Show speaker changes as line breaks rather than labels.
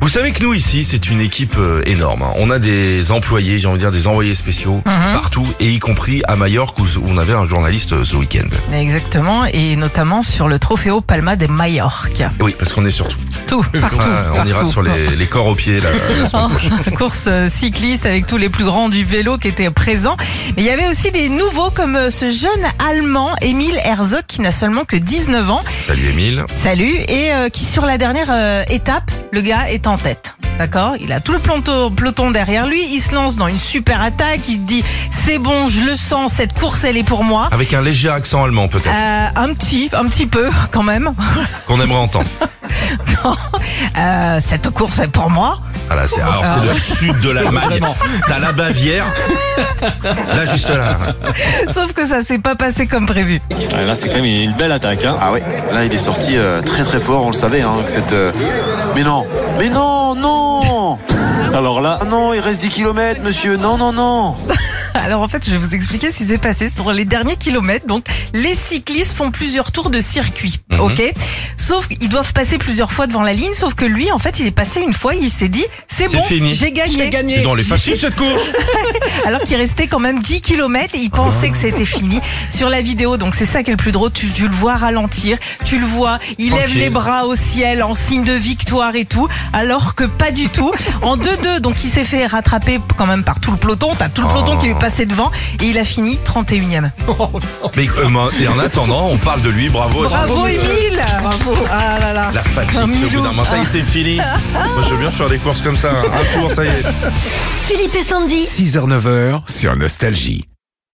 Vous savez que nous ici, c'est une équipe euh, énorme. hein. On a des employés, j'ai envie de dire des envoyés spéciaux
Mhm.
partout, et y compris à Majorque où où on avait un journaliste euh, ce week-end.
Exactement, et notamment sur le Trofeo Palma de Mallorca.
Et oui, parce qu'on est sur tout.
Tout, partout.
Ah, on ira
partout.
sur les, les corps aux pieds là. la semaine prochaine.
Course euh, cycliste avec tous les plus grands du vélo qui étaient présents. Mais il y avait aussi des nouveaux comme euh, ce jeune Allemand, Emile Herzog, qui n'a seulement que 19 ans.
Salut Émile.
Salut. Et euh, qui, sur la dernière euh, étape, le gars est en tête. D'accord Il a tout le planto- peloton derrière lui. Il se lance dans une super attaque. Il se dit C'est bon, je le sens, cette course, elle est pour moi.
Avec un léger accent allemand peut-être,
Euh, un petit, un petit peu quand même.
qu'on aimerait entendre.
Euh, cette course est pour moi.
Voilà, Ah c'est, alors c'est le sud de l'Allemagne. T'as la Bavière. Là juste là.
Sauf que ça s'est pas passé comme prévu.
Ah, Là, c'est quand même une belle attaque. Hein.
Ah ouais, là il est sorti euh, très très fort, on le savait. Hein, que cette, euh, Mais non, mais non, non
Alors là,
Ah Non, il reste 10 km monsieur, non, non, non
Alors en fait, je vais vous expliquer ce qui s'est passé sur les derniers kilomètres. Donc, les cyclistes font plusieurs tours de circuit,
Mhm.
ok Sauf qu'ils doivent passer plusieurs fois devant la ligne. Sauf que lui, en fait, il est passé une fois, il s'est dit c'est
C'est
bon,
fini.
j'ai gagné.
Dis donc, elle est facile cette course.
Alors qu'il restait quand même 10 kilomètres, et il pensait que c'était fini. Sur la vidéo, donc c'est ça qui est le plus drôle. Tu, tu le vois ralentir, tu le vois, il lève
Tranquille.
les bras au ciel en signe de victoire et tout, alors que pas du tout. En 2-2, donc il s'est fait rattraper quand même par tout le peloton. T'as tout le peloton
Oh.
qui est passé devant et il a fini 31e.
Mais euh, moi, et en attendant, on parle de lui. Bravo.
Bravo Émile Bravo Ah là là
La fatigue,
Un Ah.
au bout
Milou.
d'un moment, ça y est, c'est fini. Moi, je veux bien faire des courses comme ça, un tour, ça y est.
Philippe et Sandy.
6h-9h sur Nostalgie.